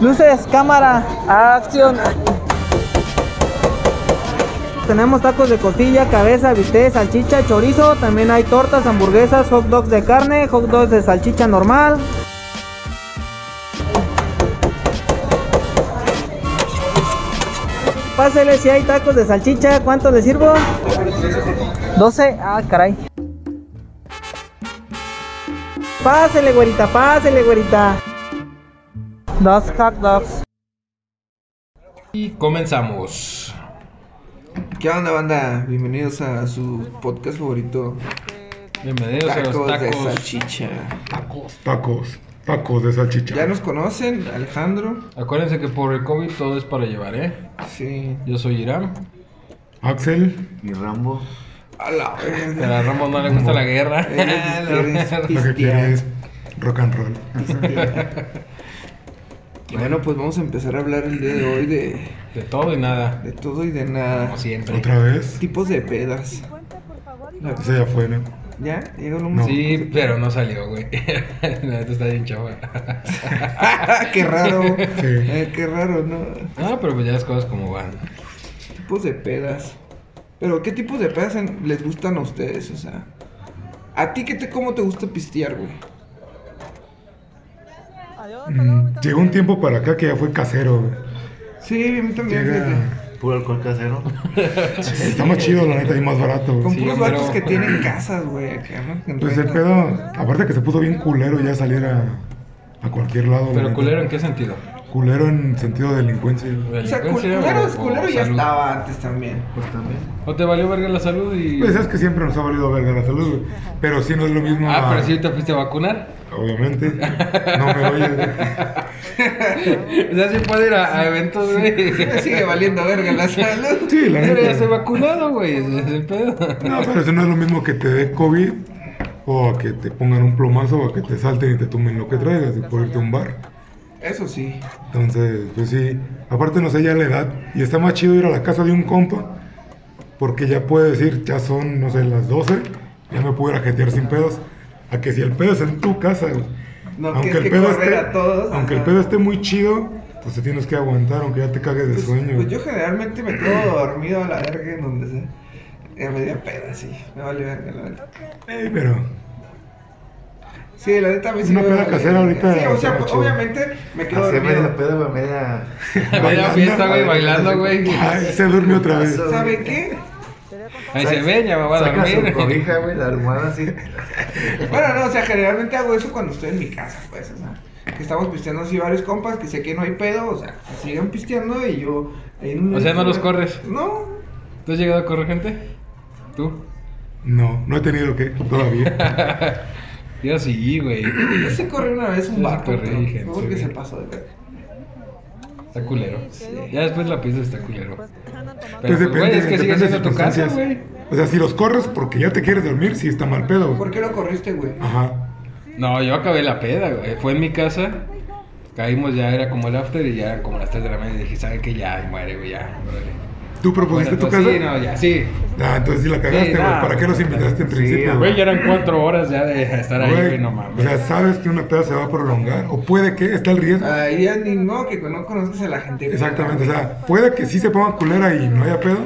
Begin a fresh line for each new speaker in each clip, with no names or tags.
Luces, cámara, acción. Tenemos tacos de costilla, cabeza, vité, salchicha, chorizo. También hay tortas, hamburguesas, hot dogs de carne, hot dogs de salchicha normal. Pásele si hay tacos de salchicha. ¿Cuánto le sirvo? 12. Ah, caray. Pásele, güerita, pásele, güerita. Dos hot dogs.
Y comenzamos.
¿Qué onda, banda? Bienvenidos a su podcast favorito.
Bienvenidos
Tacos
a los
de
tacos.
salchicha.
Tacos, tacos de salchicha.
¿Ya nos conocen, Alejandro?
Acuérdense que por el COVID todo es para llevar, ¿eh?
Sí.
Yo soy Irán.
Axel,
Mi Rambo.
A la verga.
Pero a Ramón no le gusta la guerra.
Eres- eres
lo que
Cristian.
quiere es rock and roll.
Bueno, pues vamos a empezar a hablar el día de hoy de,
De todo y nada.
de todo y de nada.
Como siempre.
¿Otra vez?
Tipos de pedas. La-
Esa ya fue, ¿no?
¿Ya? ¿Llegó el
No.
Sí, pero no salió, güey. La neta está bien chava.
¡Qué raro!
Sí.
Eh, ¡Qué raro, no!
Ah, pero pues ya las cosas como van.
tipos de pedas. Pero ¿qué tipos de pedas en- les gustan a ustedes? O sea, ¿a ti qué te, cómo te gusta pistear, güey?
Mm, Llegó un tiempo para acá que ya fue casero, güey.
Sí, a mí también. fíjate.
Llega...
Puro alcohol casero.
Está más chido, la neta, y más barato,
Con
güey.
Sí,
puros
pero-
vatos que tienen casas, güey. acá, ¿no? Que
Pues el
rentan.
pedo, aparte que se puso bien culero ya salir a, a cualquier lado. la
Pero
neta.
culero, ¿en qué sentido?
Culero en sentido de delincuencia. güey.
O sea, cul-
¿Delincuencia
culero,
o
culero ya
salud?
estaba antes también.
Pues también.
¿O te valió verga la salud y...?
Pues es que siempre nos ha valido verga la salud, güey. Pero sí no es lo mismo.
Ah,
a-
pero si te fuiste a vacunar.
Obviamente. No me oyes, güey.
O sea, sí puede ir a, a eventos, güey.
Me sigue valiendo verga la salud.
Sí, la
Pero ya
neta.
se vacunado, güey. Ese es el pedo.
No, pero eso no es lo mismo que te dé COVID o a que te pongan un plomazo o a que te salten y te tumben
Ah,
lo que traigas y por irte a un bar.
Eso sí.
Entonces, pues sí, aparte no sé ya la edad y está más chido ir a la casa de un compa porque ya puede decir, ya son, no sé, las 12, ya me puedo ir a jetear sin pedos. A que si el pedo es en tu casa, güey.
No, que es que correr a todos,
aunque el
ajá.
pedo esté muy chido, pues te tienes que aguantar, aunque ya te cagues de
Pues,
sueño.
pues
güey.
yo generalmente me quedo dormido a la verga en donde sea. Ya me dio peda, sí. Me vale verga la neta.
Ey, pero
Sí, la neta a mí sí
Una
me
peda
vale
casera
verga.
ahorita
Sí, o sea,
está
pues,
chido.
obviamente me quedo
Hace
dormido.
media peda, güey, media.
Vaya fiesta, güey, bailando, güey.
Ay, se durmió otra vez.
¿Saben qué?
Ahí se ven, ya me voy a
Saca su
dormir.
cobija, güey, la almohada así.
Bueno, no, o sea, generalmente hago eso cuando estoy en mi casa, pues, o sea, que estamos pisteando así varios compas, que sé que no hay pedo, o sea, que sigan pisteando y yo... en un-
O sea, ¿no los corres?
No,
¿Tú has llegado a correr gente? ¿Tú?
No, no he tenido que todavía.
Yo sí, güey.
yo sí corrí una vez
Yo sí
un barco,
corrí,
pero
gente,
no porque
güey.
se pasó de verga.
Está culero. Ya después la pizza está culero. Pero, pues,
Pues
güey, es que sigue
depende de
siendo tu casa, güey.
circunstancias. O sea, si los corres porque ya te quieres dormir, sí está mal pedo,
¿Por
güey.
qué lo corriste, güey?
Ajá.
No, yo acabé la peda, güey. Fue en mi casa. Caímos ya, era como el after y ya como las 3 de la mañana y dije, ¿saben qué? Ya, muere, güey, ya. órale".
¿Tú propusiste
Bueno,
tu
pues,
casa?
sí, no, ya, sí.
Ah, entonces sí la cagaste,
Sí,
güey.
no. pues,
¿Para qué los invitaste en
Sí,
principio?
Güey, ya eran 4 horas ya de estar ahí,
Güey,
güey, no
o
mames.
sea, sabes que una peda se va a prolongar. O puede que, está el riesgo.
Ahí ya ni no, que no conozcas a la gente. güey.
Exactamente, o sea, puede que sí se ponga culera y no haya pedo.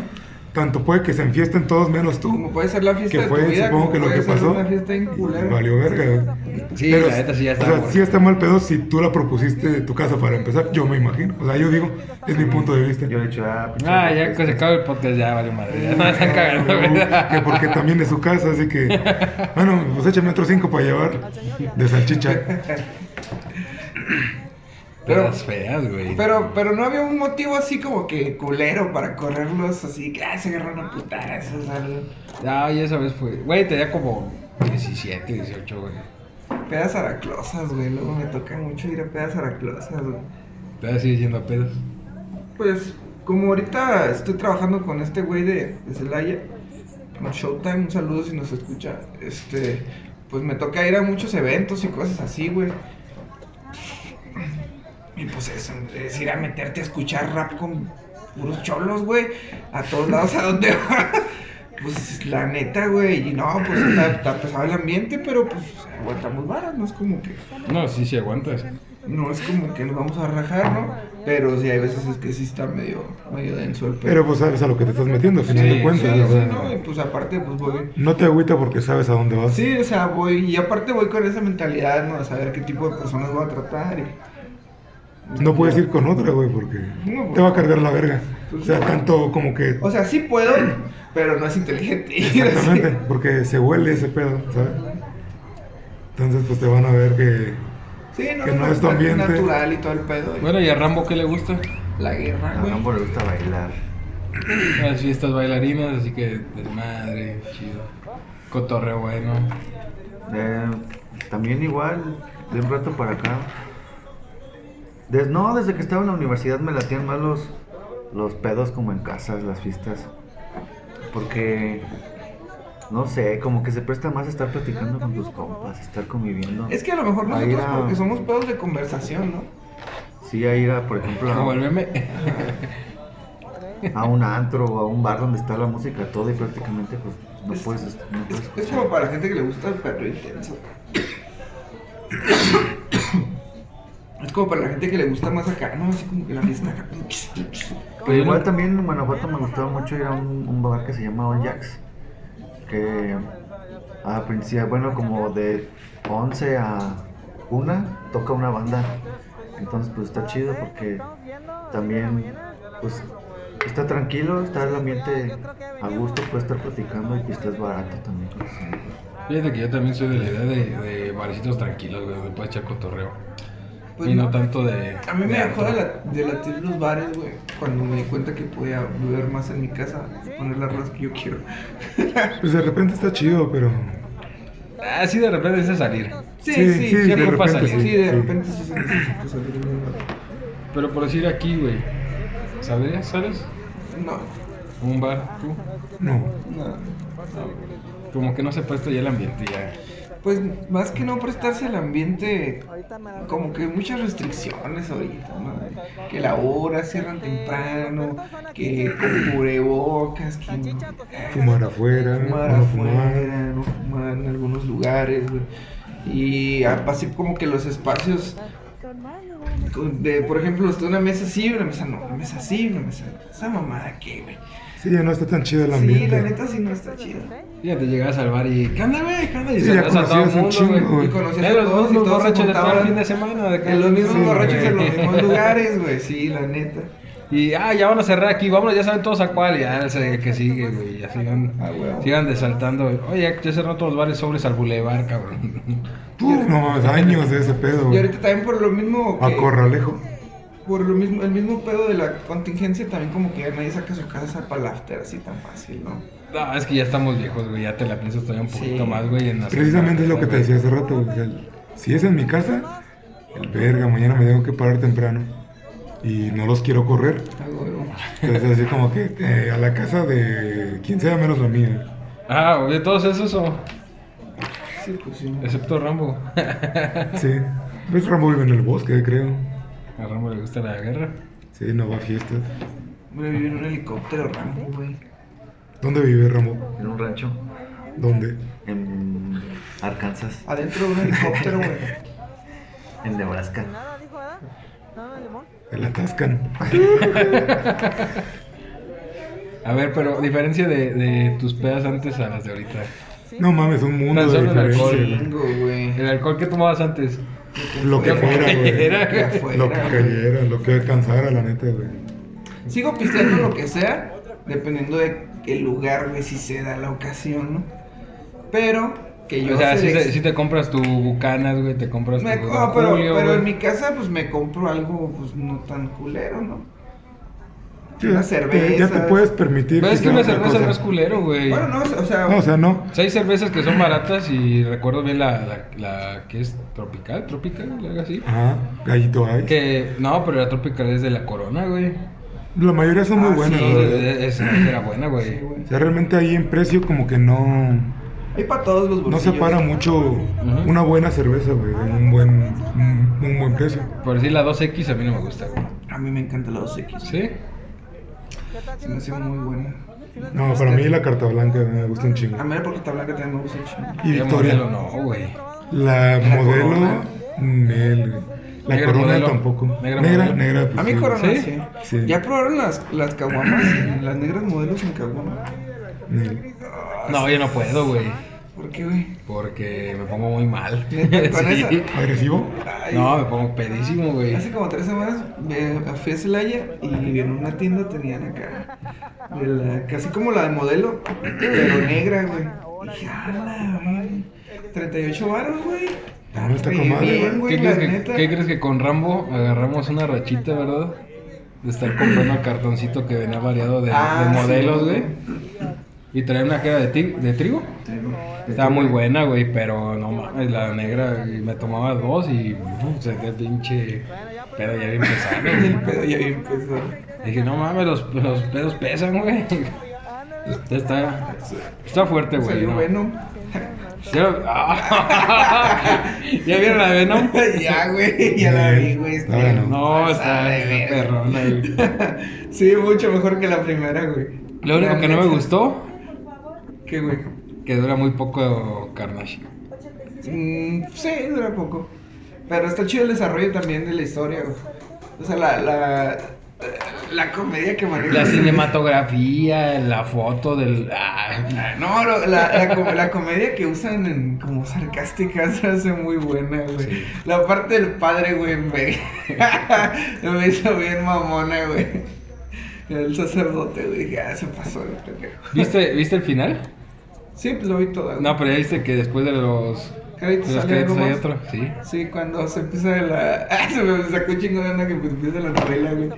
Tanto puede que se enfiesten todos menos
Como
tú.
puede ser la fiesta
Que
de tu
fue,
vida,
supongo
como
que lo
puede
que
ser
pasó.
una fiesta en
y
culero.
Valió verga, güey.
Sí,
Pero,
la neta sí ya
O sea,
está.
sí está mal pedo si tú la propusiste de tu casa para empezar, yo me imagino. O sea, yo digo, es mi punto de vista.
Yo le echo a.
Ah, ya que se acaba el podcast, ya vale madre. Ya me están cagando,
Que
güey.
porque también es su casa, así que. Bueno, pues échame otro cinco para llevar de salchicha.
Pero-
Pedas feas, güey.
Pero, pero no había un motivo así como que culero para correrlos, así que ah, se agarraron a putadas. O sea,
Ay, esa vez fue. Güey, tenía como 17, 18, güey.
pedas araclosas, güey. Luego me toca mucho ir a pedas araclosas, güey.
Estaba así yendo a pedos.
Pues, como ahorita estoy trabajando con este güey de, de Celaya, con Showtime, un saludo si nos escucha. Este, pues me toca ir a muchos eventos y cosas así, güey. Y pues eso, es ir a meterte a escuchar rap con puros cholos, güey. A todos lados a donde va. Pues la neta, güey. Y no, pues está, está pesado el ambiente, pero pues aguantamos varas, no es como que.
No, sí, sí aguantas.
no es como que nos vamos a rajar, ¿no? Pero sí, hay veces es que sí está medio, medio denso el pedo.
Pero pues sabes a lo que te estás metiendo, al final
Sí,
de
Sí,
cuentas.
sí,
o sea,
¿no? Y pues aparte, pues voy.
no te agüita porque sabes a dónde vas.
Sí, o sea, voy. Y aparte voy con esa mentalidad, ¿no? De saber qué tipo de personas voy a tratar. Y,
No puedes ir con otra, güey, porque
No,
te va a cargar la verga.
Pues
O sea,
no.
tanto como que...
o sea, sí puedo, pero no es inteligente.
Exactamente, porque se huele ese pedo, ¿sabes? Entonces, pues te van a ver que...
Sí, no,
Que no es tu
es
ambiente.
natural y todo el pedo. y
Bueno, ¿y a Rambo qué le gusta?
la guerra,
A
güey.
Rambo le gusta bailar.
Las fiestas bailarinas, así que desmadre, chido. Cotorreo bueno.
Eh, también igual, de un rato para acá. Des- no, desde que estaba en la universidad me latían más los, los pedos como en casas, las fiestas. Porque, no sé, como que se presta más estar platicando con tus compas, estar conviviendo.
Es que a lo mejor
Ahí
nosotros,
era-
porque somos pedos de conversación, ¿no?
Sí, a ir a, por ejemplo, a,
Vuélveme.
a un antro o a un bar donde está la música toda y prácticamente pues no puedes... est- no puedes
Es, es
escuchar.
como para gente que le gusta el perro intenso. Es como para la gente que le gusta más acá, ¿no? Así como que la fiesta acá.
Pero igual también en Guanajuato me gustaba mucho ir a un, un bar que se llama All Jacks. Que a principio, bueno, como de 11 a 1 toca una banda. Entonces, pues está chido porque también, pues está tranquilo, está el ambiente a gusto, puedes estar platicando y pues es barato también. pues, sí.
Fíjate que yo también soy de la idea de, de barecitos tranquilos, güey, donde puedes echar cotorreo.
Pues
y no,
no.
tanto de.
A mí me
de
dejó de,
antro.
la, de latir los bares, güey. Cuando me di cuenta que podía beber más en mi casa y poner las rolas que yo quiero.
Pues de repente está chido, pero...
Ah, sí, de repente dice salir.
Sí,
Sí,
sí,
sí,
sí.
de
siempre
repente
pasa.
sí,
Sí, de
sí.
repente sí se necesita salir de un bar.
Pero por decir aquí, güey. ¿Saldrías? ¿Sales?
No,
¿Un bar? ¿Tú?
No.
nada.
Como que no se presta ya el ambiente, ya.
Pues más que no prestarse al ambiente,
Ahorita me la-
como que muchas restricciones ahorita, ¿no? Que la hora cierran temprano, que con cubrebocas, que no,
Fumar afuera,
fumar
no fumar.
afuera, no fumar en algunos lugares, güey. Y a- así como que los espacios, con- de, por ejemplo, está una mesa así, una mesa no, una mesa así, una mesa. Esa mamada que, güey.
Sí, ya no está tan chido
Sí,
el
la
ambiente.
neta sí no está chida.
Ya te llegas al bar y. ¿Qué onda, güey? ¿Qué onda? Y
Sí,
saludabas
ya
a todo el
conocías un
mundo,
chingo,
güey.
güey.
Y conocías
Ya
a
los
todos y
mismos
todos se
borrachos de todo el
juntaban.
fin de semana. De acá.
En los mismos
Sí,
borrachos
güey.
en los mismos lugares, güey. Sí, la neta.
Y ah, ya van a cerrar aquí, vámonos, ya saben todos a cuál, ya sé el que sigue, güey, ya sigan,
Ah, güey.
sigan desaltando, güey. Oye, ya cerró todos los bares sobres al bulevar, cabrón.
Puf, no mames, años de ese pedo.
Y
güey. Ah,
ahorita también por lo mismo
A
que,
Corralejo.
por lo mismo, el mismo pedo de la contingencia también como que ya nadie saca su casa para el after así tan fácil, ¿no?
No, es que ya estamos viejos, güey, ya te la piensas todavía un poquito
Sí.
más, güey. en hacer
Precisamente es lo que te
nada,
decía
güey.
hace rato. güey, o sea, el- si es en mi casa, el verga, mañana me tengo que parar temprano. Y no los quiero correr.
Algo de-
Entonces así como que eh, a la casa de quien sea menos la mía.
Ah, güey, todos esos son,
Sí, pues sí.
excepto Rambo.
Sí. Ves Rambo vive en el bosque, creo.
A Rambo le gusta la guerra.
Sí, no va a fiestas.
Hombre, vive en un helicóptero, Rambo, güey.
¿Dónde vive Rambo?
En un rancho,
¿Dónde?
en Arkansas,
Adentro de un helicóptero, güey.
en Nebraska.
Nada dijo, ¿verdad? Nada, limón.
Se la atascan.
A ver, pero diferencia de, de tus pedas antes a las de ahorita.
No mames, un mundo
Tan
de
solo el alcohol.
diferencia. güey.
Chingo, güey.
El alcohol que tomabas antes.
Lo que
Lo que
fuera,
cayera.
güey.
Que afuera,
Lo que
güey.
cayera, lo que alcanzara, la neta, güey.
Sigo pisteando lo que sea, dependiendo de el lugar, güey, si se da la ocasión, ¿no? Pero que yo
o sea, si,
selec-
se- si te compras tu bucanas, güey, te compras
Me-
tu
no, pero,
Julio,
pero
güey.
en mi casa pues me compro algo pues no tan culero, ¿no?
Sí,
Una
te-
cerveza.
Ya te puedes permitir.
Pero es que
quizá
una
otra
cerveza
cosa.
no es culero, güey.
Bueno, no, o sea,
No, o sea, no.
O sea, hay cervezas que son baratas y recuerdo bien la, la, la que es tropical, tropical, algo así.
Ajá, gallito hay.
Que no, pero la tropical es de la corona, güey.
La mayoría son muy
Ah,
buenas,
sí,
la
Entonces,
verdad.
es- es- era buena,
sí,
güey.
güey.
O sea, realmente ahí en precio como que no,
Hay para todos los
no
bolsillos.
separa mucho una buena cerveza, güey, de un buen, un, un buen precio.
Por decir la 2X a mí no me gusta, güey.
A mí me encanta la 2X.
¿Sí?
Se me hace muy buena.
No, para mí la carta blanca me gusta un
A
chingo.
mí la porquita blanca también me gusta el chingo.
Y
Ya
Victoria.
modelo no, güey.
La
La
modelo,
Corona.
Nel. güey. La
Negra
corona
modelo.
tampoco.
Negra
Negra, negra,
modelo.
pues,
A mí
sí.
Corona
¿Sí?
sí.
Sí.
Ya probaron las, las caguamas, las negras modelos en caguama.
Negra.
No, yo no puedo, güey.
¿Por qué, güey?
Porque me pongo muy mal.
¿Neta, con
Sí.
esa?
¿Agresivo?
Ay, Ah,
No, me pongo pedísimo, güey.
Hace como tres semanas eh, fui a Celaya y en una tienda tenían acá, de la- casi como la de modelo, pero negra, güey. Y Dije, ala, güey. 38 baros, güey.
Ah, está con madre,
bien,
¿Qué
güey, la
crees, que,
neta.
qué crees que con Rambo agarramos una rachita, verdad? De estar comprando el cartoncito que venía variado de, de
Ah, sí,
modelos, güey.
güey.
Y traía una que era de, ti- de trigo. Estaba muy buena, güey, pero no mames, la negra, y me tomaba dos y uf, se quedó pinche pedo ya bien pesado.
Y el
güey.
pedo ya bien pesado.
Dije, no mames, los, los pedos pesan, güey. Está, está fuerte, Este güey.
Salió
¿no?
Venom.
Ya- ah, ¿Ya vieron la de Venom?
ya, güey, ya la vi, güey.
este.
No, no, no.
No,
Pasada
está,
de
está
verga.
perrona, güey.
Sí, mucho mejor que la primera, güey.
Lo único que no me gustó,
¿Qué, güey?
que dura muy poco Carnage.
Mm, sí, dura poco. Pero está chido el desarrollo también de la historia, güey. O sea, la, la, la comedia que maneja.
La cinematografía, la foto del... ah,
No, lo- la, la, com- la comedia que usan en, como sarcástica se hace muy buena, güey. La parte del padre, güey, me, me hizo bien mamona, güey. El sacerdote, güey, dije, ah, se pasó el pendejo.
¿Viste, ¿Viste el final?
Sí, pues, lo vi todo. güey.
No, pero ya viste que después de los...
Créditos
De los
sale
créditos
algo
hay
más.
otro, sí.
Sí, cuando se empieza la. Ah, se me sacó un chingo de onda que pues, empieza la novela, güey.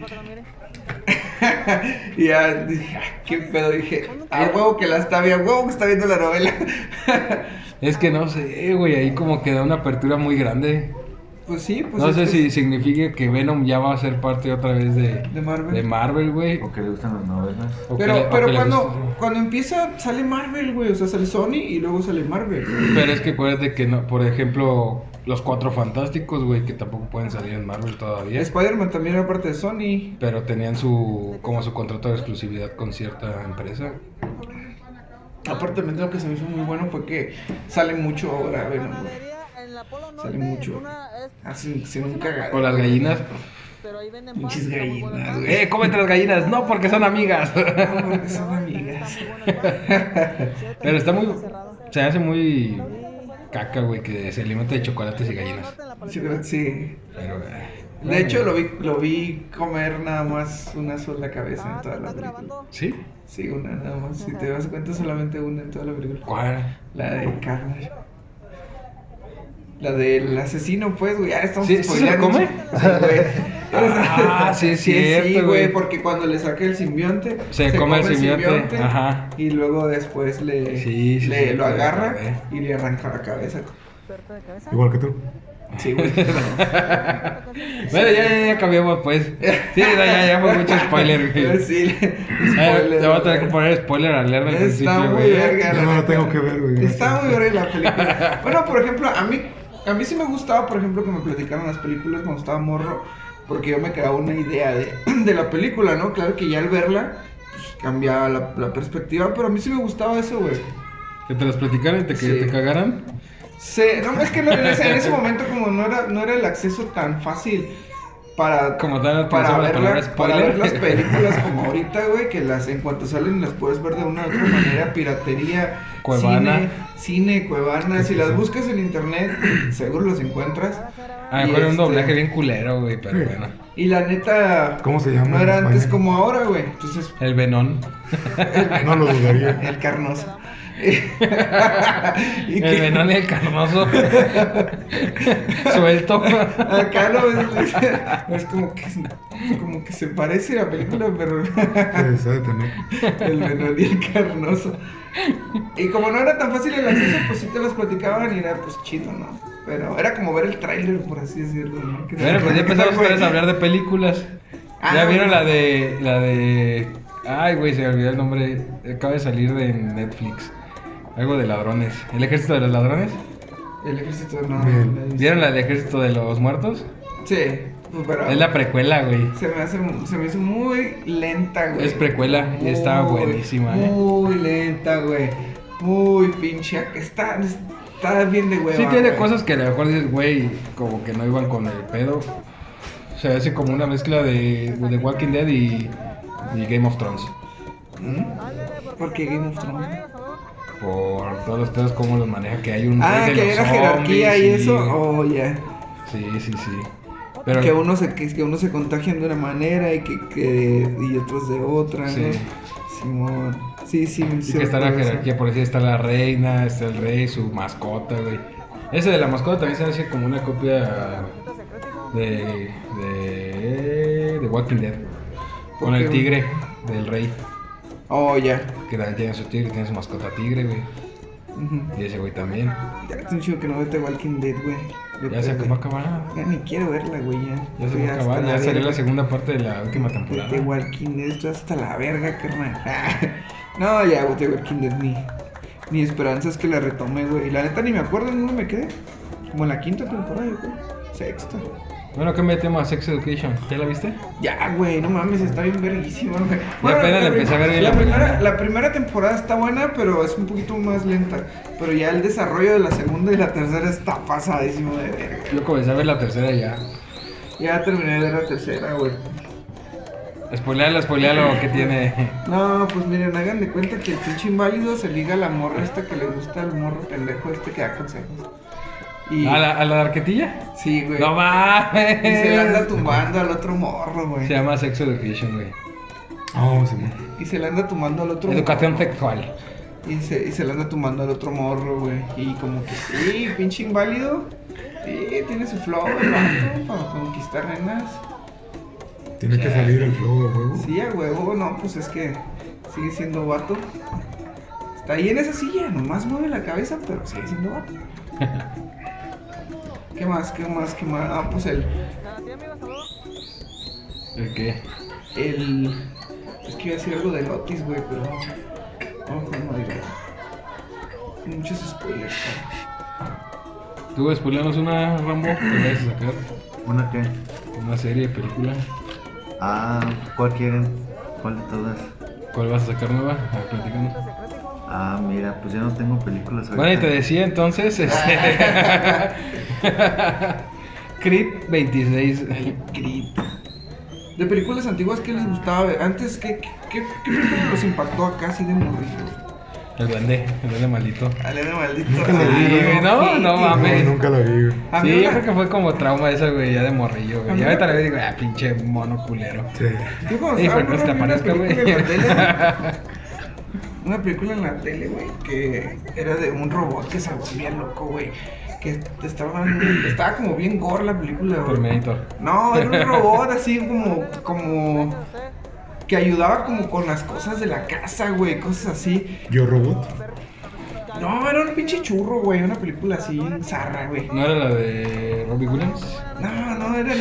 y ya dije, ah, qué pedo. Dije, ah, huevo que la está viendo, huevo que está viendo la novela.
Es que no sé, güey, ahí como que da una apertura muy grande.
pues sí, pues.
No
es
sé
que
si significa que Venom ya va a ser parte otra vez de,
es De Marvel.
de Marvel, güey.
O que le gustan las novelas.
o que
pero
le- o
pero
que le
cuando,
guste-
cuando empieza, sale Marvel, güey. O sea, sale Sony y luego sale Marvel.
Pero es que acuérdate que, no, por ejemplo, los cuatro fantásticos, güey, que tampoco pueden salir en Marvel todavía.
Spider-Man también era parte de Sony.
Pero tenían su como su contrato de exclusividad con cierta empresa. Ah.
Aparte, también lo que se me hizo muy bueno fue que sale mucho ahora, Venom, güey. Sale mucho. Hacen, hacen un cagado.
O las gallinas.
Pinches gallinas, güey.
¡Eh, cómete las gallinas! No, porque son amigas.
Porque son amigas.
Pero está muy. Se hace muy caca, güey, que se alimenta de chocolates y gallinas.
Sí, creo que sí.
Pero, eh,
De hecho, lo vi, lo vi comer nada más una sola
Ah,
cabeza en toda la película.
¿Sí?
Sí, una nada más. Si te das cuenta, solamente una en toda la película.
¿Cuál?
La de Carnage. La del asesino, pues, güey. Ah, estamos
¿Sí- sí se lo
spoileando.
come?
Sí, güey.
Ah, sí, es cierto,
Sí,
güey.
güey, porque cuando le saca el simbionte.
Se come el simbionte, ajá.
Y luego después le,
Sí, sí,
le-
sí,
lo
te
agarra
acordé.
y le arranca la cabeza.
Igual que tú.
Sí, güey.
Bueno, ya, ya, ya cambiamos, pues. Sí, ya, ya, ya fue mucho spoiler, güey.
Sí, le-
Eh,
spoiler,
Te voy a tener que
güey.
poner spoiler alerta al
Está
principio,
muy
güey.
verga.
Ya
la
no la
neta.
tengo que ver, güey.
Está muy verga la película. Bueno, por ejemplo, a mí, a mí sí me gustaba, por ejemplo, que me platicaran las películas cuando estaba morro, porque yo me creaba una idea de, de la película, ¿no? Claro que ya al verla pues, cambiaba la, la perspectiva, pero a mí sí me gustaba eso, güey.
Que te las platicaran y te, que
Sí.
te cagaran.
Se- no, es que no- en ese, en ese momento como no era, no era el acceso tan fácil para,
Como tal,
para,
utilizaba la
ver
palabra
la- para
spoiler.
ver las películas como ahorita, güey, que las en cuanto salen las puedes ver de una u otra manera, piratería,
Cuevana.
cine, cine, cuevana, si las buscas en internet, seguro las encuentras.
A lo
Y
mejor era un
este-
doblaje bien culero, güey, pero bueno.
Y la neta,
¿Cómo se llama
No
en
era antes
español?
como ahora, güey. Entonces,
El Venón.
No lo dudaría.
el carnoso.
El
y
Venón y el Carnoso. Suelto.
Acá lo ves, es como que, como que se parece a la película, pero
Pues, ha de tener.
el menor y el carnoso. Y como no era tan fácil el acceso, pues sí te los platicaban y era pues chido, ¿no? Pero era como ver el tráiler, por así decirlo, ¿no? Que se-
Bueno, pues ya empezamos ustedes a hablar de películas.
Ah,
ya vieron
bueno.
la de. La de. Ay, güey, se me olvidó el nombre. Acaba de salir de Netflix. Algo de ladrones. ¿El ejército de los ladrones?
El ejército no.
Bien.
¿Vieron la del ejército de los muertos?
Sí, pues, pero
Es la precuela, güey.
se, me hace, se me hizo muy lenta, güey.
Es precuela y está
Muy,
buenísima, eh.
Muy lenta, güey. Muy pinche. Está, Está bien de hueva.
Sí tiene
güey.
cosas que a lo mejor dices, güey, como que no iban con el pedo. O sea, hace como una mezcla de, de Walking Dead y, y Game of Thrones.
¿Mm? ¿Por qué Game of Thrones?
Por todos los pedos, cómo los maneja, que hay un...
Ah,
rey de
que
los
era jerarquía y
zombies
eso. Oh, ya.
Sí, sí, sí. Pero,
Que uno se que, que uno se contagian de una manera y que, que y otros de otra,
Sí.
¿no? Simón. Sí, sí,
y
sí.
que está la
recuerdo eso.
jerarquía, por así está la reina, está el rey, su mascota, güey. Ese de la mascota también se hace como una copia de, de, de Walking Dead. Con el
Ok.
tigre del rey,
Oh, ya.
que también tiene su tigre, tiene su mascota tigre, güey.
Ujú.
Y ese güey también.
Ya hace un chido que no veo The Walking Dead, güey. Yo
Ya se
creo,
acabó
güey.
acabar.
Ya ni quiero verla, güey, ya.
Ya se
Estoy
acabó
hasta
acabar. Ya salió
verga.
la segunda parte de la última
De
temporada.
The Walking Dead, estoy hasta la verga, carnal. no, ya, güey, The Walking Dead, ni, ni esperanza es que la retome, güey. La neta ni me acuerdo en dónde me quedé. Como en la quinta temporada, yo creo. Sexta.
Bueno, cambia de tema. Sex Education. ¿Ya la viste?
Ya, güey, no mames, está bien verguísima, güey.
apenas la empecé a ver bien
la
la
primera,
primera.
la primera temporada está buena, pero es un poquito más lenta. Pero ya el desarrollo de la segunda y la tercera está pasadísimo de verga.
Yo comencé a ver la tercera ya.
Ya terminé de ver la tercera, güey.
Spoileala, spoileala, que tiene.
No, pues miren, hagan de cuenta que el pinche inválido se liga a la morra esta que le gusta al morro pendejo este que da consejos. Y
¿A la, a la arquetilla?
sí, güey.
No
y se la anda
mames.
tumbando al otro morro, güey.
Se llama Sex Education, güey.
Ah, Simón.
Y se la anda tumbando al otro
Educación
morro.
sexual.
Y se, y se la anda tumbando al otro morro, güey. Y como que sí, pinche inválido. Sí, tiene su flow, el vato, para conquistar nenas.
Tiene que salir el flow de huevo.
Sí, a huevo, no, pues es que sigue siendo vato. Está ahí en esa silla, nomás mueve la cabeza, pero sigue siendo vato. ¿Qué más? ¿Qué más? ¿Qué más? Ah, pues el.
¿El qué?
el... Es que iba a decir algo de Otis, güey, pero. No, no, no digo. Hay Muchos spoilers. güey.
Tú spoileanos una, Rambo, que vayas a sacar.
¿Una qué?
Una serie, película.
Ah, ¿cuál quieren? ¿Cuál de todas?
¿Cuál vas a sacar nueva? A ver, platícanos.
Ah, mira, pues ya no tengo películas ahorita.
Bueno, y te decía entonces, este... Creed 26.
El grito. De películas antiguas, ¿qué les gustaba ver? Antes, ¿qué, qué, qué, qué película los impactó acá así de morrito?
El duende, el duende maldito.
Ale de maldito.
Nunca la
Ay,
vi, güey.
No, no
sí,
No,
mames.
nunca la vi, güey.
A mí
Sí, yo
una-
creo que fue como trauma esa, güey, ya de morrillo,
A
güey.
mí
Ya ahorita
me-
le digo, ah, pinche mono culero.
Sí.
Yo cuando
Sí,
estaba
para que no se te
morro,
aparezca,
vi una
güey.
película en la tele, güey. Una película en la tele, güey, que era de un robot que se volvía loco, güey. Que estaba, estaba como bien gore la película, güey.
Terminator.
No, era un robot así como, como que ayudaba como con las cosas de la casa, güey, cosas así.
Yo robot.
No, era un pinche churro, güey, una película así, zarra, güey.
¿No era la de Robbie Williams?
No, no, era el...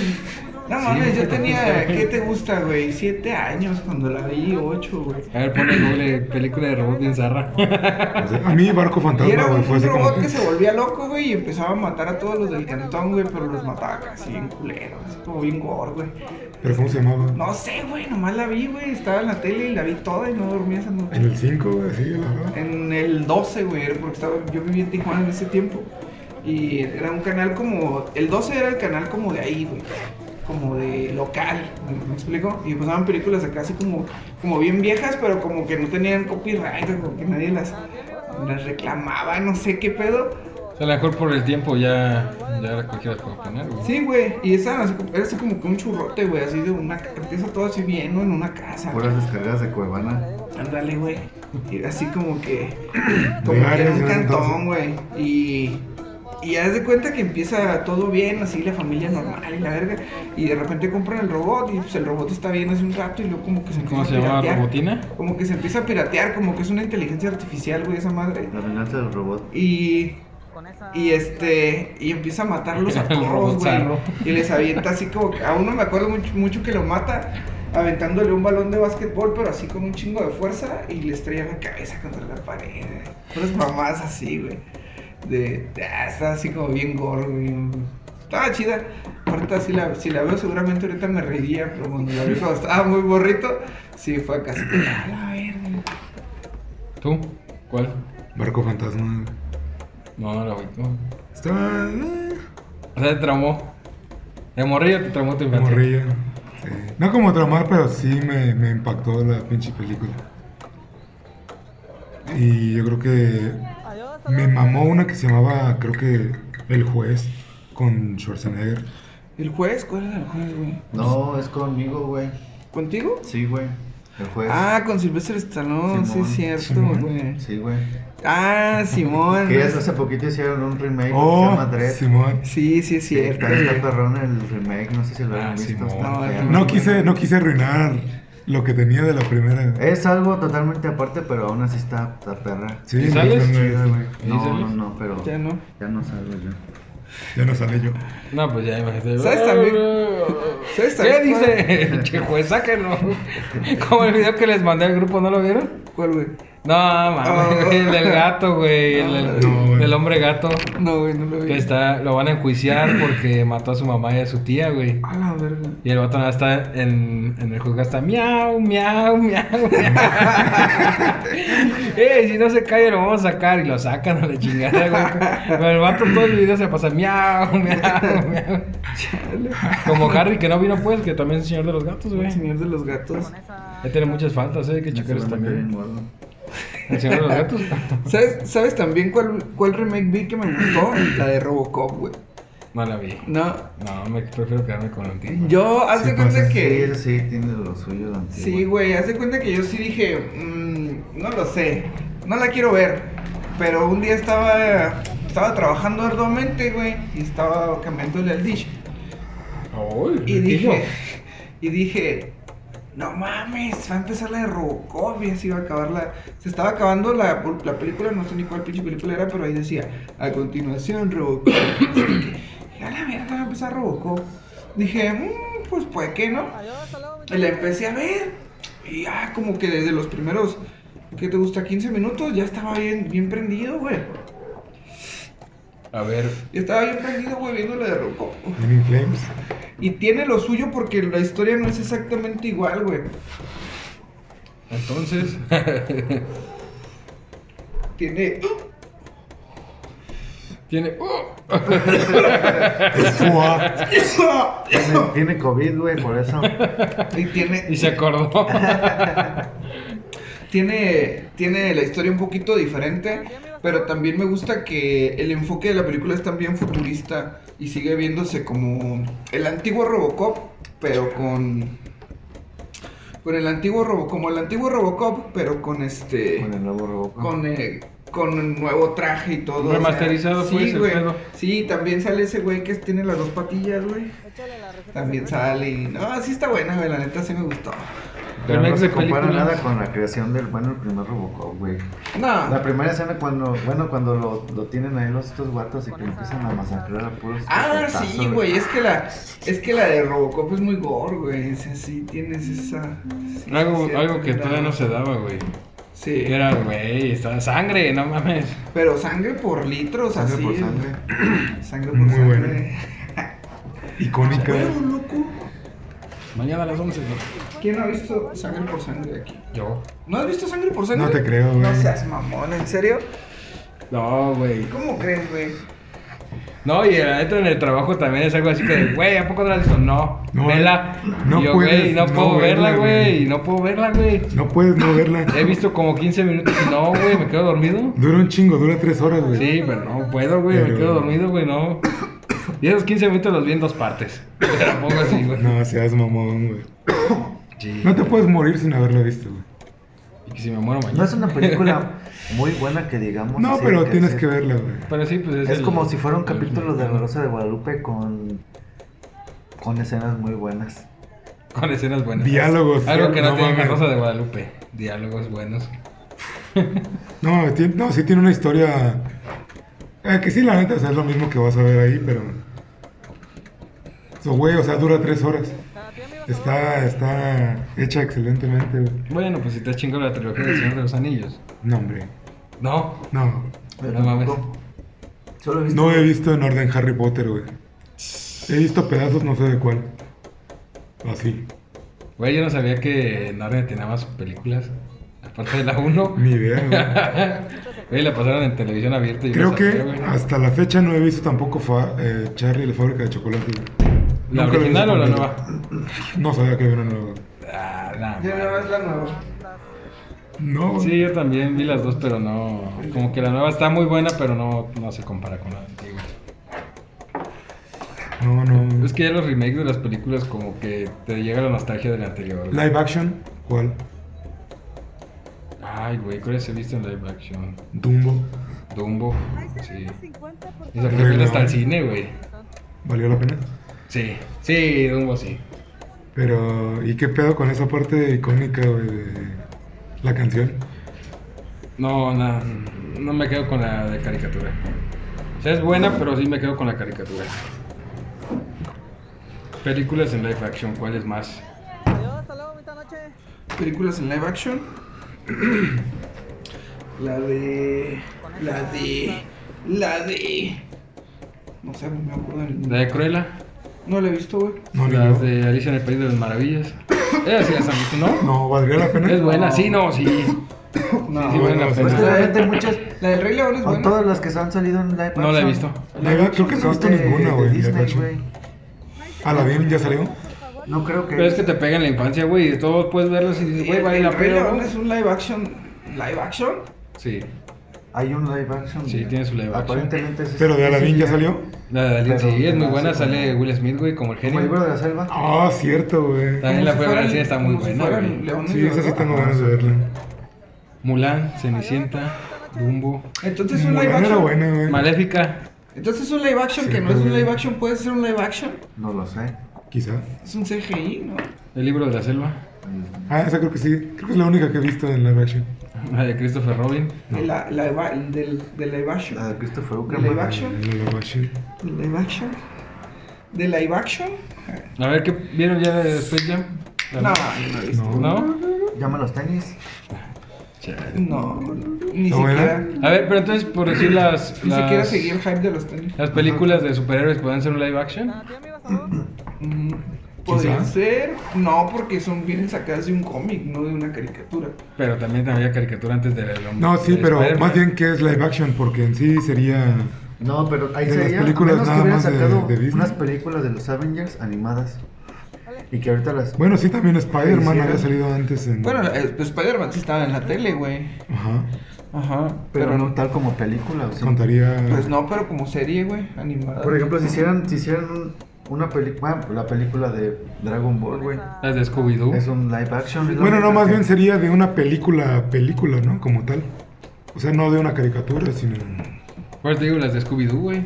No
Sí,
mames,
¿qué
yo
te gusta,
tenía,
güey?
¿qué te gusta, güey? Siete años cuando la vi, ocho, güey.
A ver, ponle doble película de robot bien zarra.
O sea, a mí Barco
Y era
Fantasma,
un,
güey,
un
fue así como
robot
que...
que se volvía loco, güey, y empezaba a matar a todos los del cantón, güey, pero los mataba así bien culeros, así como bien gore, güey.
¿Pero cómo se llamaba?
No sé, güey, nomás la vi, güey, estaba en la tele y la vi toda y no dormía esa
En
noche.
el 5, güey, sí, la verdad.
En el 12, güey, era porque estaba, yo vivía en Tijuana en ese tiempo. Y era un canal como, el 12 era el canal como de ahí, güey. Como de local, ¿me, me explico? Y pasaban películas acá así como, como bien viejas, pero como que no tenían copyright, o como que nadie las, las reclamaba, no sé qué pedo.
O sea, a lo mejor por el tiempo ya, ya la cualquiera la puede poner, güey.
Sí, güey, y esa así como- era así como que un churrote, güey, así de una ca- empieza todo así bien, ¿no? En una casa.
Puras descargas de Cuevana.
Ándale, güey. Y Así como que como que
Legales,
era un
¿no?
cantón, güey. Y y haz de cuenta que empieza todo bien, así la familia normal y la verga. Y de repente compran el robot y pues el robot está bien hace un rato y luego como que se empieza
¿Cómo se
a
llama?
piratear.
¿Robotina?
Como que se empieza a piratear, como que es una inteligencia artificial, güey, esa madre.
La venganza del robot.
Y. Y este. Y empieza a matarlos a
El
todos,
robot
güey.
zarro.
Y les avienta así como. que- A uno me acuerdo mucho, mucho que lo mata. Aventándole un balón de básquetbol, pero así con un chingo de fuerza. Y le estrella la cabeza contra la pared. Unas mamás así, güey. De. ah, está así como bien gordo, bien. Estaba chida. Ahorita si la, si la veo seguramente ahorita me reiría, pero cuando la vi cuando estaba muy borrito, sí fue casi. A la verga.
¿Tú? ¿Cuál?
Barco Fantasma, güey.
No, no la agüitó.
Está. eh,
O sea, te traumó. De morrillo te traumó tu infancia.
Morrillo. Sí. No como tramar, pero sí me, me impactó la pinche película. Y yo creo que me mamó una que se llamaba, creo que El Juez, con Schwarzenegger.
¿El juez? ¿Cuál era el juez, güey?
No, es conmigo, güey.
¿Contigo?
Sí, güey. El juez.
Ah, con Silvestre Stallone, sí es
Simón.
cierto,
Simón.
güey.
Sí, güey.
Ah, Simón.
Que ellas hace poquito hicieron un remake que se
Oh,
llama Dread.
Simón.
Sí, sí es cierto.
Pero está perrón el remake, no sé si lo
Ah,
han visto.
Simón.
está
No,
perro.
es-
No quise, no quise arruinar lo que tenía de la primera.
Es algo totalmente aparte, pero aún así está, está perra.
Sí,
¿Y
no,
sales?
no,
Chida, güey.
¿Y
No,
sales?
no, no, pero
Ya no.
ya no salgo yo.
ya no sale yo.
No, pues ya imagínate.
¿Sabes también? ¿Sabes
¿Qué
también
dice? Che, juez, sáquenlo. Como el video que les mandé al grupo, ¿no lo vieron?
¿Cuál, güey?
No, mames,
Oh.
el del gato, güey, el, el-
No, güey.
el hombre gato.
No, güey, no lo vi.
Que está, lo van a enjuiciar porque mató a su mamá y a su tía, güey.
A la verga.
Y el vato nada está en, en el juzgado, está miau, miau, miau, miau. eh, si no se calla lo vamos a sacar. Y lo sacan a la chingada, güey. Pero el vato todo el video se pasa miau, miau, miau. Como Harry que no vino pues, que también es señor de los gatos, güey.
El señor de los gatos.
Ya tiene muchas faltas, eh, hay que checar eso
Seguramente
también.
bien gordo.
El señor de los gatos.
¿Sabes, ¿Sabes también cuál, cuál remake vi que me gustó? La de Robocop, güey.
No la vi.
No.
No, me prefiero quedarme con el antiguo.
Yo, haz
Sí
de cuenta
pasa,
Sí,
que.
eso sí, tiene lo suyo la antigua.
Sí, güey, haz de cuenta que yo sí dije, "Mm, no lo sé, no la quiero ver. Pero un día estaba, estaba trabajando arduamente, güey, y estaba cambiándole al dish.
Ay,
Y
riquillo.
dije, y dije, no mames, va a empezar la de Robocop y así va a acabar la... Se estaba acabando la, la película, no sé ni cuál pinche película era, pero ahí decía, a continuación Robocop. Así que, a la verga, va a empezar Robocop. Dije, "Mm, pues pues qué, ¿no? Y la empecé a ver. Y ya, como que desde los primeros, ¿qué te gusta? 15 minutos, ya estaba bien, bien prendido, güey.
A ver,
Ya estaba bien prendido, güey, viendo la de Robocop.
Men in Flames.
Y tiene lo suyo porque la historia no es exactamente igual, güey.
entonces.
Tiene.
tiene. ¡Oh!
Fua.
Tiene, tiene COVID, güey, por eso.
Y
Y
tiene.
se acordó.
Tiene. Tiene la historia un poquito diferente. Pero también me gusta que el enfoque de la película es también futurista. Y sigue viéndose como el antiguo Robocop. Pero con. Con el antiguo Robocop. Como el antiguo Robocop, pero con este.
Con el nuevo Robocop.
con, eh, con el nuevo traje y todo. o sea,
Remasterizado, pues,
sí,
el
güey.
pedo.
Sí, también sale ese güey que tiene las dos patillas, güey. También sale y... No, sí está buena, güey, la neta sí me gustó.
Pero
Remake
no se
de
compara
películas.
nada con la creación del, bueno, el primer Robocop, güey. La
No.
primera escena cuando, bueno, cuando lo, lo tienen ahí los estos guatos y que empiezan a masacrar a puros
Ah,
cachetazos,
sí, güey, es que la es que la de Robocop es muy gore, güey. Sí, sí, tienes esa sí,
Algo,
sí,
algo que
era-
todavía no se daba, güey.
Sí.
Era, güey, estaba sangre, no mames.
Pero sangre por litros,
Sangre
así.
por sangre.
Sangre por
Muy
sangre.
buena. Icónica.
Bueno, loco.
Mañana a las 11, güey.
¿Quién ha visto sangre por sangre aquí?
Yo.
¿No has visto sangre por sangre?
No te creo, güey.
No seas mamón, ¿en serio?
No, güey.
¿Cómo crees, güey?
No, y la neta en el trabajo también es algo así que, güey, ¿a poco no la has visto? No,
No,
vela.
no
Y yo,
puedes
güey, no
no
puedo verla,
verla,
güey.
güey.
No puedo verla, güey.
No puedes no verla.
He visto como 15 minutos y no, güey, me quedo dormido.
Dura un chingo, dura tres horas, güey.
Sí, pero no puedo, güey, me
Pero-
quedo dormido, güey, no. Y esos 15 minutos los vi en dos partes. Tampoco así, güey.
No seas mamón, güey.
Sí.
No te puedes morir sin haberla visto, güey.
Y que si me muero mañana.
No es una película muy buena que digamos.
No,
así,
pero tienes
sí.
que verla, güey.
Pero sí, pues es
Es
el-
como si fuera un
el-
capítulo de La Rosa de Guadalupe con, con escenas muy buenas.
Con escenas buenas.
Diálogos.
Algo que no, tiene
mames.
Rosa de Guadalupe. Diálogos buenos.
No, ti- no, sí tiene una historia. eh, que sí, la neta, o sea, es lo mismo que vas a ver ahí, pero. So, güey, o sea, dura tres horas. Está, está hecha excelentemente, güey.
Bueno, pues si te has chingado la trilogía del Señor de los Anillos.
No, hombre.
No,
No.
no mames.
Solo he visto
No he visto en orden Harry Potter, güey. He visto pedazos, no sé de cuál. Así.
Güey, yo no sabía que Narnia tenía más películas. Aparte de la 1.
Ni idea, güey.
Güey, la pasaron en televisión abierta. y yo
Creo
no
que
sabía, güey.
hasta la fecha no he visto tampoco fa- eh, Charlie y la fábrica de chocolate.
¿La
Nunca lo he
original
visto
o la
completo.
nueva?
No sabía que había una nueva.
Ah, la
Ya
madre.
no es la nueva.
No, güey.
Sí, yo también vi las dos, pero no. Como que la nueva está muy buena, pero no, no se compara con la antigua.
no, no.
Es que ya los remakes de las películas, como que te llega la nostalgia de la anterior. güey.
Live action, ¿cuál?
Ay, güey, ¿cuáles he visto en live action?
Dumbo.
Dumbo. Sí. Y
favor.
sacaron hasta el cine, güey.
¿Valió la pena?
Sí, sí, Dumbo sí.
Pero, ¿y qué pedo con esa parte icónica güey, de la canción?
No, no, no me quedo con la de caricatura. O sea, es buena, pero sí me quedo con la caricatura. Películas en live action, ¿cuál es más?
Películas en live action. la de. La de. La de. No sé, no me acuerdo del
La
nombre.
de Cruella,
No la he visto, güey.
No, ni
la
yo.
de Alicia en el País de las Maravillas. Esas sí las han visto, ¿no?
No, ¿valdría la pena?
Es buena, sí, no, sí.
No,
sí,
bueno,
vale la
sí.
pena.
Es que realmente pues, muchas.
La del Rey León es
O
buena.
todas las que se han salido en live
No la he
action
visto.
La verdad, creo que no he
son
visto
de-
ninguna,
de
güey, en live
Disney,
action.
güey.
Aladdin ya salió.
No creo que.
Pero es que te pega en la infancia, güey. Y todos puedes verlas y dices, güey, vale
el
la
Rey
pena.
León
¿no?
es un live action. ¿Live action?
Sí,
Hay un live action.
Sí,
güey.
tiene su live action.
Aparentemente es
Pero de Aladdin ya salió.
la de Alicia,
Pero-
sí, es muy
ah,
buena.
sí,
Sale
como-
Will Smith, güey, como el
Como el libro
genio.
de la selva.
Ah, cierto, güey.
También la
Como si
fue ver al
fueran-
cine, está muy
como si
buena,
fueran
güey.
leones,
Sí, esa sí
¿verdad?
tengo ganas de verla.
Mulan, Cenicienta, Dumbo.
Entonces un live
Mulan era
action.
buena, güey.
Maléfica.
Entonces un live action
Sí,
que no es un
pero-
live action puede ser un live action.
No lo sé.
Quizá.
Es un CGI, ¿no?
El libro de la selva.
Ah, esa creo que sí. Creo que es la única que he visto en live action.
La de Christopher Robin.
No.
De la, la eva- del, del live action.
Ah,
La de Christopher
Live
Uckerman.
action.
En live action.
Del live action. De live action.
A ver, ¿qué vieron ya de Space Jam?
No, no, he visto.
No.
¿No?
Llama los tenis.
Chale.
no, ni
¿No
siquiera.
era?
A ver, pero entonces, por decir las.
Ni siquiera
las-
seguí el hype de los tenis.
Las películas de superhéroes pueden ser un live action.
Mm, Podrían
Quizá.
ser. No, porque son vienen sacadas de un cómic, no de una caricatura.
Pero también había caricatura antes de la
No, sí,
de
pero
Spider-Man.
más bien que es live action, porque en sí sería.
No, pero ahí
De las
sería. a
películas
menos que
nada
hubieran
más de-
sacado
de Disney.
unas películas de los Avengers animadas. Y que ahorita las.
Bueno, sí, también Spider-Man
Sí, sí,
había
era.
salido antes en.
Bueno, eh, pues, Spider-Man sí estaba en la tele, güey.
Ajá.
Ajá.
pero, no tal como película. o sea.
Contaría.
Pues no, pero como serie, güey, animada.
Por ejemplo, si hicieran, si hicieran un- una película. la película de Dragon Ball, güey.
Las de Scooby-Doo.
Es un live action. es la
Bueno, no,
única
más
que-
bien sería de una película a película, ¿no? Como tal. O sea, no de una caricatura, sino.
Por eso te digo, las de Scooby-Doo, güey.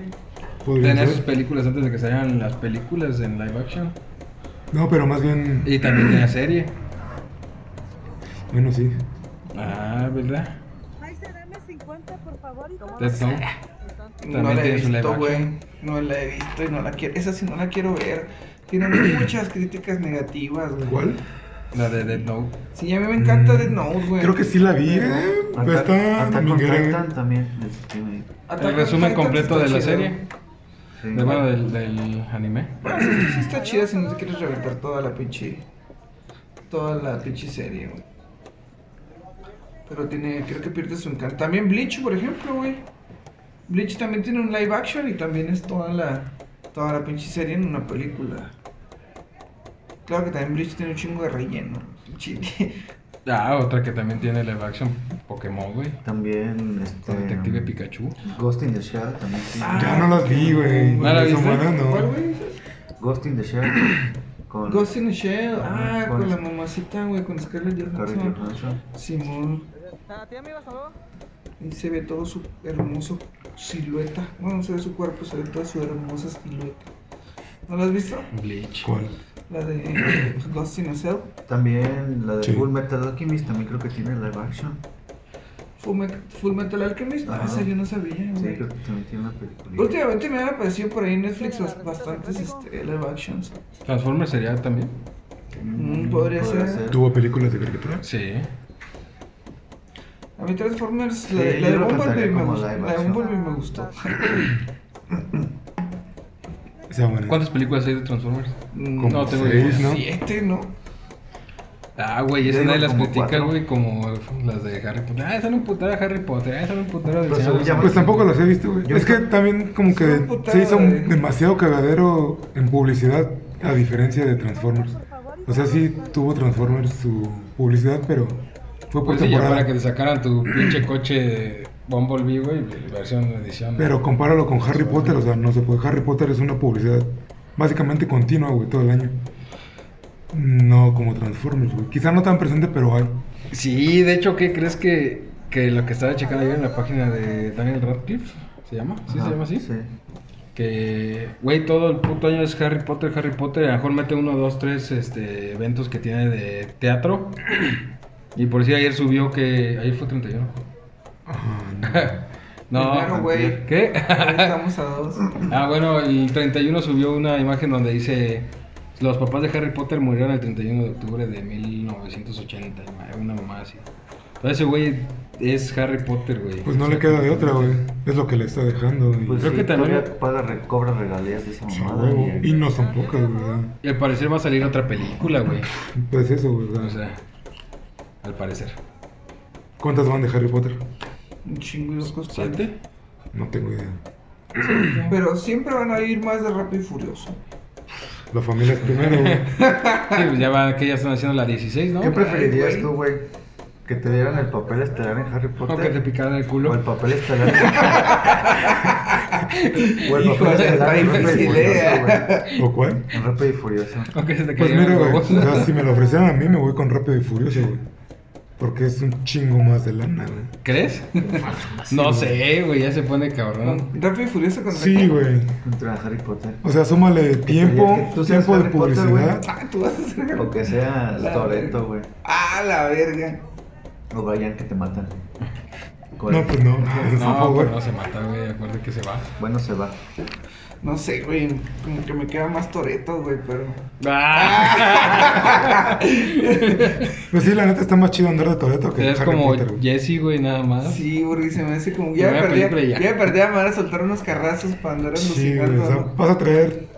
Podría
Tenían sus
ser.
películas antes de que salieran las películas en live action.
No, pero más bien.
Y también tenía serie.
Bueno, sí.
Ah, ¿verdad?
Maestra, dame 50, por favor. Y
Death
todos.
Note.
no
también
la he
tiene su
visto,
live
güey. No la he visto y no la quiero. Esa sí no la quiero ver. Tienen muchas críticas negativas, güey.
¿Cuál?
La de Death Note.
Sí, a mí me encanta Death Note, güey.
Creo que sí la vi, ¿eh?
Attack-
Está
Attack on
dominguera.
Titan también. este, es- tiene-
Attack
El
on
resumen
Titan
completo
sí
de
está
la
chido.
serie.
sí.
De, bueno, del, del anime.
Bueno, sí, sí está chida si no te quieres reventar toda la pinche. Toda la pinche serie, güey. Pero tiene. Creo que pierde su encanto. También Bleach, por ejemplo, güey. Bleach también tiene un live action y también es toda la. Toda la pinche serie en una película. Claro que también Bleach tiene un chingo de relleno. Chile.
Ah, otra que también tiene live action. Pokémon, güey.
También este.
Con Detective Pikachu. Ah.
Ghost in the Shell también sí.
Ya no las vi, güey.
¿No la
Son
viste?
buenas, no.
¿Cuál, güey?
Ghost in the Shell con
Ghost in the Shell. Ah,
Ah,
con
con-
la mamacita, güey, con Scarlett
Scarlett
Johansson.
Johansson.
Simón.
¿Tía me ibas a saludar?
Y se ve todo su hermoso silueta. Bueno, no se ve su cuerpo, se ve toda su hermosa silueta. ¿No la has visto?
Bleach.
¿Cuál?
La de Ghost in a Cell.
También la de
Sí.
Full Metal Alchemist también creo que tiene live action.
Full, Met- Full Metal Alchemist. Ah,
Ajá.
esa yo no sabía,
Sí,
güey.
creo que también tiene una película.
Últimamente me han aparecido por ahí en Netflix bas- bastantes este, live actions.
Transformers sería también.
Mm,
Mm, podría ser.
¿Tuvo películas de caricatura?
Sí.
A mí Transformers,
Sí,
la, la
yo
de
lo
Bumblebee
cantaría
me
como
gustó.
live
La de
action.
Bumblebee me gustó.
Esa buena.
¿Cuántas películas hay de Transformers?
Mm,
Como
No, tengo
seis,
idea.
¿no?
Siete, ¿no?
Ah, güey,
Yo
esa
digo
nadie las
como
critica,
cuatro.
güey, como las de Harry Potter. Ah, están un putero de Harry Potter, ah, están un putero de
Pero
Señor de
según
los
ya-
Pues tampoco las he visto, güey.
Yo-
Es que también como
Es
que
un putero,
se hizo
güey.
demasiado cagadero en publicidad, a diferencia de Transformers. O sea, sí tuvo Transformers su publicidad, pero fue por
Pues sí, ya para que
temporada.
te sacaran tu pinche coche Bumblebee, güey, versión de edición.
Pero compáralo con Harry Potter, o sea, no se puede. Harry Potter es una publicidad básicamente continua, güey, todo el año. No como Transformers, güey. Quizá no tan presente, pero hay.
Sí, de hecho, ¿qué crees que, que lo que estaba checando ayer en la página de Daniel Radcliffe? ¿Se llama? ¿Sí
Ajá,
se llama así?
Sí.
Que, güey, todo el puto año es Harry Potter, Harry Potter. y A lo mejor mete uno, dos, tres este, eventos que tiene de teatro. Y por si ayer subió que. Ayer fue 31. no.
Ah, Primero, güey.
¿Qué?
Ahorita Estamos a dos.
Ah, bueno, el 31 subió una imagen donde dice: Los papás de Harry Potter murieron el 31 de octubre de 1980. Una mamá así. Entonces, ese güey es Harry Potter, güey.
Pues no le queda de otra, güey. Es lo que le está dejando. y-
Pues
Creo
sí,
que también-
todavía paga, re- cobra regalías de esa
Ah,
mamada.
güey,
y-
Y no son pocas, ¿verdad?
Y al parecer va a salir otra película, güey.
Pues eso, ¿verdad?
O sea, al parecer.
¿Cuántas van de Harry Potter?
Un chingo y dos costados.
¿Siete?
No tengo idea.
Pero siempre van a ir más de rápido y furioso.
La familia es primero, güey.
Sí, pues ya va, que ya están haciendo la 16, ¿no?
¿Qué preferirías
güey.
tú, güey? ¿Que te dieran el papel estelar en Harry
O que te
Potter?
picaran el
¿O el
culo.
papel estelar en... o el
Hijo,
papel estelar en
está
Rápido y
difícil,
Furioso,
eh.
güey.
¿O cuál?
En Rápido y Furioso.
O que se te
Pues
cayeran
mira,
los
güey. O
huevos.
sea, si me lo ofrecieran a mí, me voy con Rápido y Furioso, güey. Porque es un chingo más de lana, güey.
¿Crees? No sé, güey, ya se pone
Ah.
cabrón.
Rápido y furioso contra
Sí, güey.
Contra Harry Potter.
O sea, súmale tiempo,
Tú seas
tiempo de
Harry Potter,
publicidad.
Ah, tú vas a ser.
O que seas
La
Toreto, güey.
Ah, la verga.
O vayan que te matan. Con-
No, pues no. No,
No,
güey.
pues no se mata, güey, acuérdate que se va.
Bueno, se va.
No sé, güey. Como que me queda más toreto, güey, pero.
Ah,
Pues sí, la neta está más chido andar de Toreto que
es
Harry
como
Potter, güey.
Jesse, güey, nada más.
Sí, porque se me hace como. Ya me
Ah. Primera
perdí.
película
Ya.
y ya.
me perdí a me van a soltar unos carrazos para andar
Sí, güey.
alucinando.
O sea,
¿no?
vas a traer.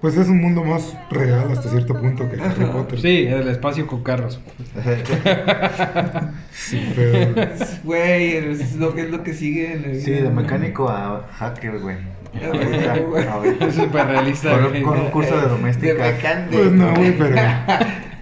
Pues es un mundo más real hasta cierto punto que Harry Potter.
Sí, en el espacio con carros.
Sí, pero.
Güey, es lo que es lo que sigue en el.
sí, de mecánico a hacker, güey.
Ah,
Ahorita,
güey.
ahorita.
Es súper realista,
Con
güey.
un- con un curso de
De
doméstica.
mecánico.
Pues no, güey, pero.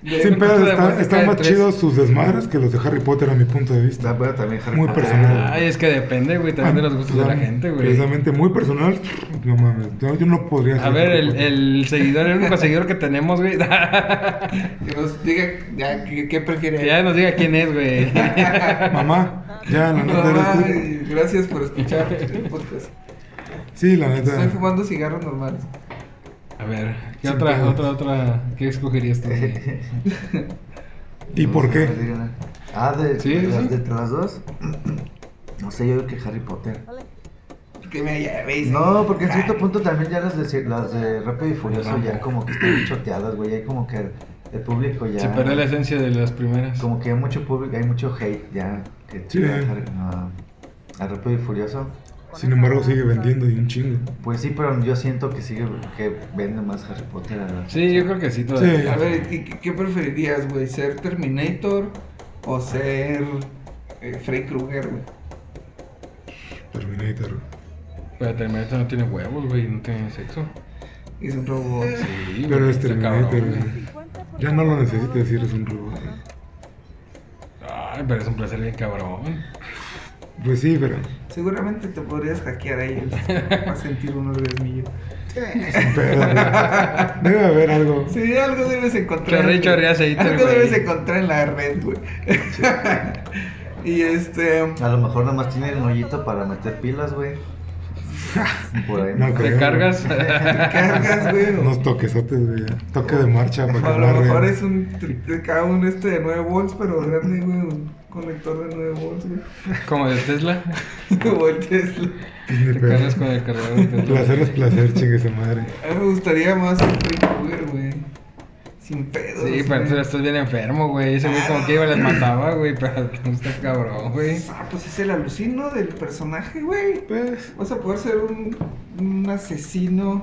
Sin pedos,
de
está-
música
están
de
más
tres.
chidos sus desmadres que los de Harry Potter, a mi punto de vista.
Ah, pero también Harry
Muy
Potter.
personal.
Ay, es que depende, güey, también de los gustos pues, de la gente, güey.
Precisamente muy personal. No mames, yo, yo no podría.
A
ser
ver,
Harry
el,
Potter.
el seguidor, el único seguidor que tenemos, güey.
Que nos diga ya, qué, qué prefiere.
Que ya nos diga quién es, güey.
Mamá, ya, la neta eres tú.
Ay, gracias por escuchar el podcast.
Sí, la
Estoy
neta.
fumando cigarros normales.
A ver, ¿qué
Sin
otra,
pedos.
otra, otra? ¿Qué escogerías tú? güey?
¿Y
No
por
sé,
qué?
no digan nada. Ah, de,
Sí,
de
sí,
las,
sí.
de entre las dos. No sé, yo digo que Harry Potter.
Que me llevéis.
No, porque en cierto punto también ya las de, las de Rápido y Furioso ya como que están choteadas, güey. Hay como que el público ya.
Se perdió la esencia de las primeras.
Como que hay mucho público, hay mucho hate ya. Que
Sí.
Harry- a, a Rápido y Furioso.
Sin embargo, sigue vendiendo y un chingo.
Pues sí, pero yo siento que sigue que vende más Harry Potter. a la-
Sí, yo creo que sí todavía.
Sí.
A ver, ¿qué, qué- qué preferirías, güey? ¿Ser Terminator o ser eh, Freddy Krueger, güey?
Terminator.
Pero Terminator no tiene huevos, güey, no tiene sexo.
Es un robot.
Sí,
Pero
güey,
es
está
Terminator,
cabrón,
güey.
güey.
Ya no lo necesito decir, es un robot.
Ay, pero es un placer bien cabrón.
Pues sí, pero.
Seguramente te podrías hackear a ellos para sentir un orgasmillo.
Sin pedos, güey. Debe haber algo.
Sí, algo debes encontrar.
Chorre, chorre, aceite,
Algo
güey.
debes encontrar en la red, güey. y este.
A lo mejor nada más tienen un hoyito para meter pilas, güey. Por ahí.
No
¿Te
creo.
cargas?
Cargas, güey. o-
Unos toquesotes, güey. Toque de marcha para que
A lo
agarre.
mejor es un. te- te cae un este de 9 volts, pero grande, güey. Un conector de 9 volts, güey.
Como de Tesla.
O el Tesla.
Pues ni
Te
pedo.
cargas con el cargador de Tesla.
Placer es placer, chingue su madre.
A mí me gustaría más el Freddy Krueger, güey. Sin pedos.
Sí, pero tú
güey.
estás bien enfermo, güey. Ese güey como que iba y las mataba, güey, pero tú estás cabrón, güey.
Ah, pues es el alucino del personaje, güey.
Pues.
Vas a poder ser un, un asesino.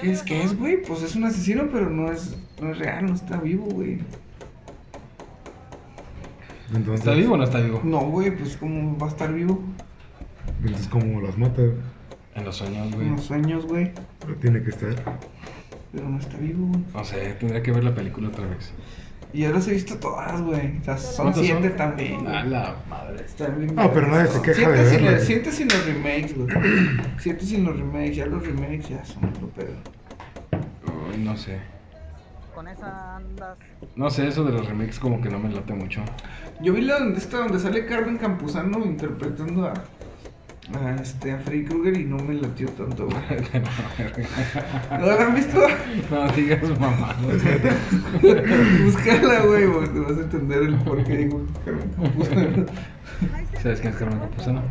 ¿Qué es, qué es, güey? Pues es un asesino, pero no es No es real, no está vivo, güey.
Entonces,
¿Está vivo o no está vivo?
No, güey, pues cómo va a estar vivo.
Entonces, como las mata,
En los sueños, güey.
En los sueños, güey.
Pero tiene que estar.
Pero no está vivo, güey.
No sé, tendría que ver la película otra vez.
Y yo las he visto todas, güey. O sea, son
¿Cuántas
siete
son?
también. güey.
A la madre.
Están bien
Ah, pero nadie
vergas.
se queja de
Siete sin
verlas,
los-
güey.
Siete sin los remakes, güey. Siete sin los remakes, ya los remakes ya son otro pedo.
Uy, no sé.
Con esa andas.
No sé, eso de los remakes como que no me late mucho.
Yo vi la donde está donde sale Carmen Campuzano interpretando a, a este a Freddy Krueger y no me latió tanto, güey. ¿No la han visto?
no digas mamá.
Búscala, güey, porque vas a entender el por qué digo Carmen Campuzano.
¿Sabes quién es Pues, Carmen Campuzano?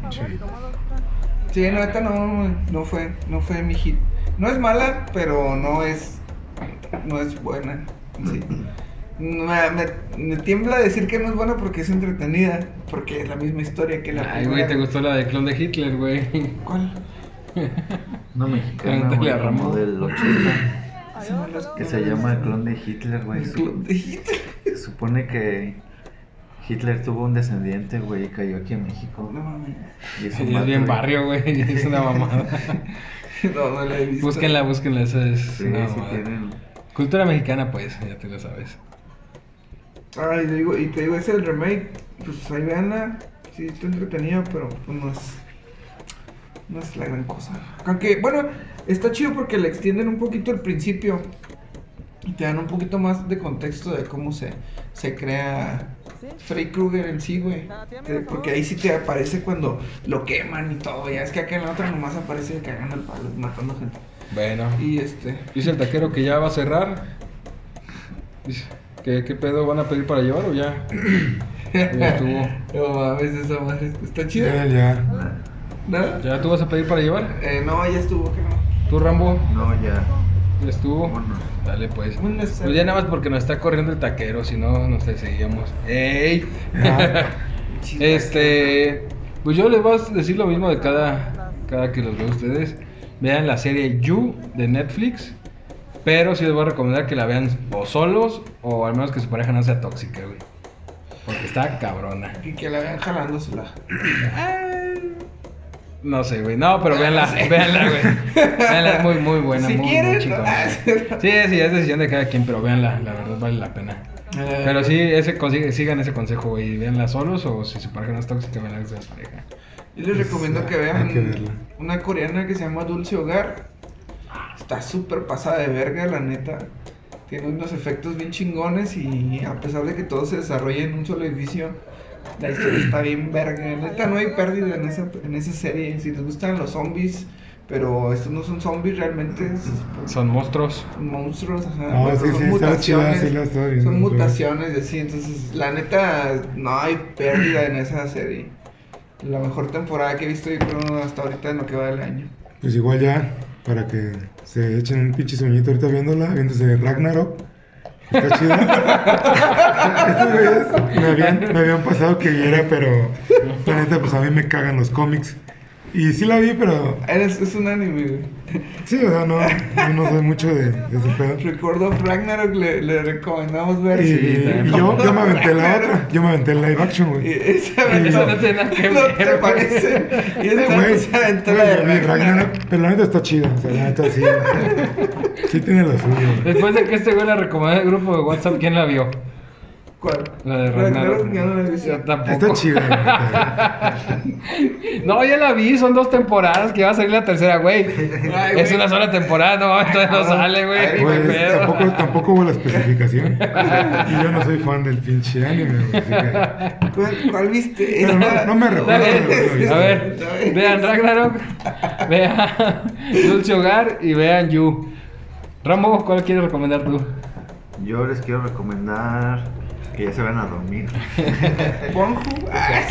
Sí, no, esta no, güey, no fue, no fue mi hit. No es mala, pero no es, no es buena. Sí. Me, me- me tiembla decir que no es buena porque es entretenida, porque es la misma historia que la
Ay, güey, te
primera.
gustó la de clon de Hitler, güey.
¿Cuál?
Una mexicana,
Pregúntale
güey,
a Ramón.
como del 80, que se llama el
el
clon de Hitler, güey.
El
Su-
clon de Hitler.
Se supone que Hitler tuvo un descendiente, güey, y cayó aquí en México.
No mames.
Y
Es
un vato,
bien
güey.
barrio, güey. Es una mamada.
No, no la he visto.
Búsquenla, búsquenla. Esa es
Sí,
una
sí
mamada.
tienen.
Cultura mexicana, pues, ya te lo sabes.
Ay, te digo, y te digo, es el remake. Pues ahí veanla. Sí, está entretenida, pero pues, no es. No es la gran cosa. Aunque, bueno, está chido porque le extienden un poquito el principio. Y te dan un poquito más de contexto de cómo se, se crea Freddy Krueger en sí, güey. Te- Porque ahí sí te aparece cuando lo queman y todo. Ya es que acá en la otra nomás aparece cagando el palo, matando gente.
Bueno.
Y este.
Dice el taquero que ya va a cerrar. Dice, ¿qué, qué pedo van a pedir para llevar o ya? Ya estuvo.
No mames, esa madre está chida.
Ya, ya.
¿No?
¿Ya tú vas a pedir para llevar?
Eh, no, ya estuvo, que no.
¿Tú, Rambo?
No, ya.
¿Ya estuvo?
Vámonos.
Dale, pues.
Buenas
Pues ya nada más porque nos está corriendo el taquero, si no, nos seguíamos. ¡Ey! Este, pues yo les voy a decir lo mismo de cada, cada que los veo a ustedes. Vean la serie You de Netflix, pero sí les voy a recomendar que la vean o solos o al menos que su pareja no sea tóxica, güey. Porque está cabrona.
Y que la vean jalándosela.
No sé, güey. No, pero véanla, véanla, güey. Véanla, es muy, muy buena.
Si
muy, muy
quieres,
chingona.
no.
Sí, sí, es decisión de cada quien, pero véanla, la verdad vale la pena.
Eh,
Pero sí, ese consigue- sigan ese consejo, güey. Veanla solos o si su pareja no es tóxica, veanla con su pareja.
Yo les recomiendo que
Hay que
vean
verla.
una coreana que se llama Dulce Hogar. Está súper pasada de verga, la neta. Tiene unos efectos bien chingones y a pesar de que todo se desarrolla en un solo edificio, la historia está bien verga. Neta, no hay pérdida en esa, en esa serie. Si les gustan los zombies, pero estos no son zombies realmente, es-
Son monstruos.
monstruos, ajá.
No,
pero
Ah, sí, sí, está chida, sí la estaba viendo,
son
pero-
mutaciones y así, entonces la neta no hay pérdida en esa serie. La mejor temporada que he visto yo creo hasta ahorita en lo que va del año.
Pues igual ya, para que se echen un pinche sueñito ahorita viéndola, viéndose Ragnarok. Está chido. Estos güeyes me habían, me habían pasado que viera, pero la neta, pues a mí me cagan los cómics. Y sí la vi, pero
Ah, Es, es un anime, güey.
sí, o sea, no, yo no soy mucho de, de ese pedo.
Recuerdo Ragnarok, le, le recomendamos ver.
Y, y yo, yo me aventé la otra, yo me aventé el live action,
Y
güey.
esa
Eso no tiene nada que
no
ver,
te
güey.
parece. Y esa
Güey,
se aventó la de
güey, yo vi
Ragnarok.
Ragnarok, Pero la neta está chida, o sea, la neta sí. Sí tiene lo suyo, güey.
Después de que este güey la recomendó en el grupo de WhatsApp, ¿quién la vio?
¿Cuál?
La de Ragnarok.
ya no la he visto.
Yo tampoco.
Está chida, la neta.
No, ya la vi, son dos temporadas que va a salir la tercera, güey.
Ay,
es
güey.
una sola temporada, no mames, todavía no sale, güey.
Ay,
no hay
Pues,
pedo.
tampoco, tampoco hubo la especificación. Y yo no soy fan del pinche anime, güey, así que-
¿Cuál, cuál viste?
Pero no- no me
Está
recuerdo.
bien. A ver,
Está bien.
vean Ragnarok, vean Dulce Hogar y vean You. Rambo, ¿cuál quieres recomendar tú?
Yo les quiero recomendar que ya se van a dormir.
Ponju. Ah,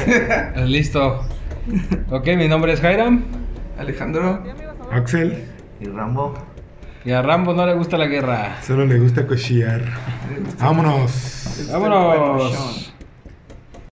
Listo. Ok, mi nombre es Jairam.
Alejandro.
Axel
Y Rambo,
Y a Rambo no le gusta la guerra.
solo le gusta cochillar. Vámonos.
Vámonos.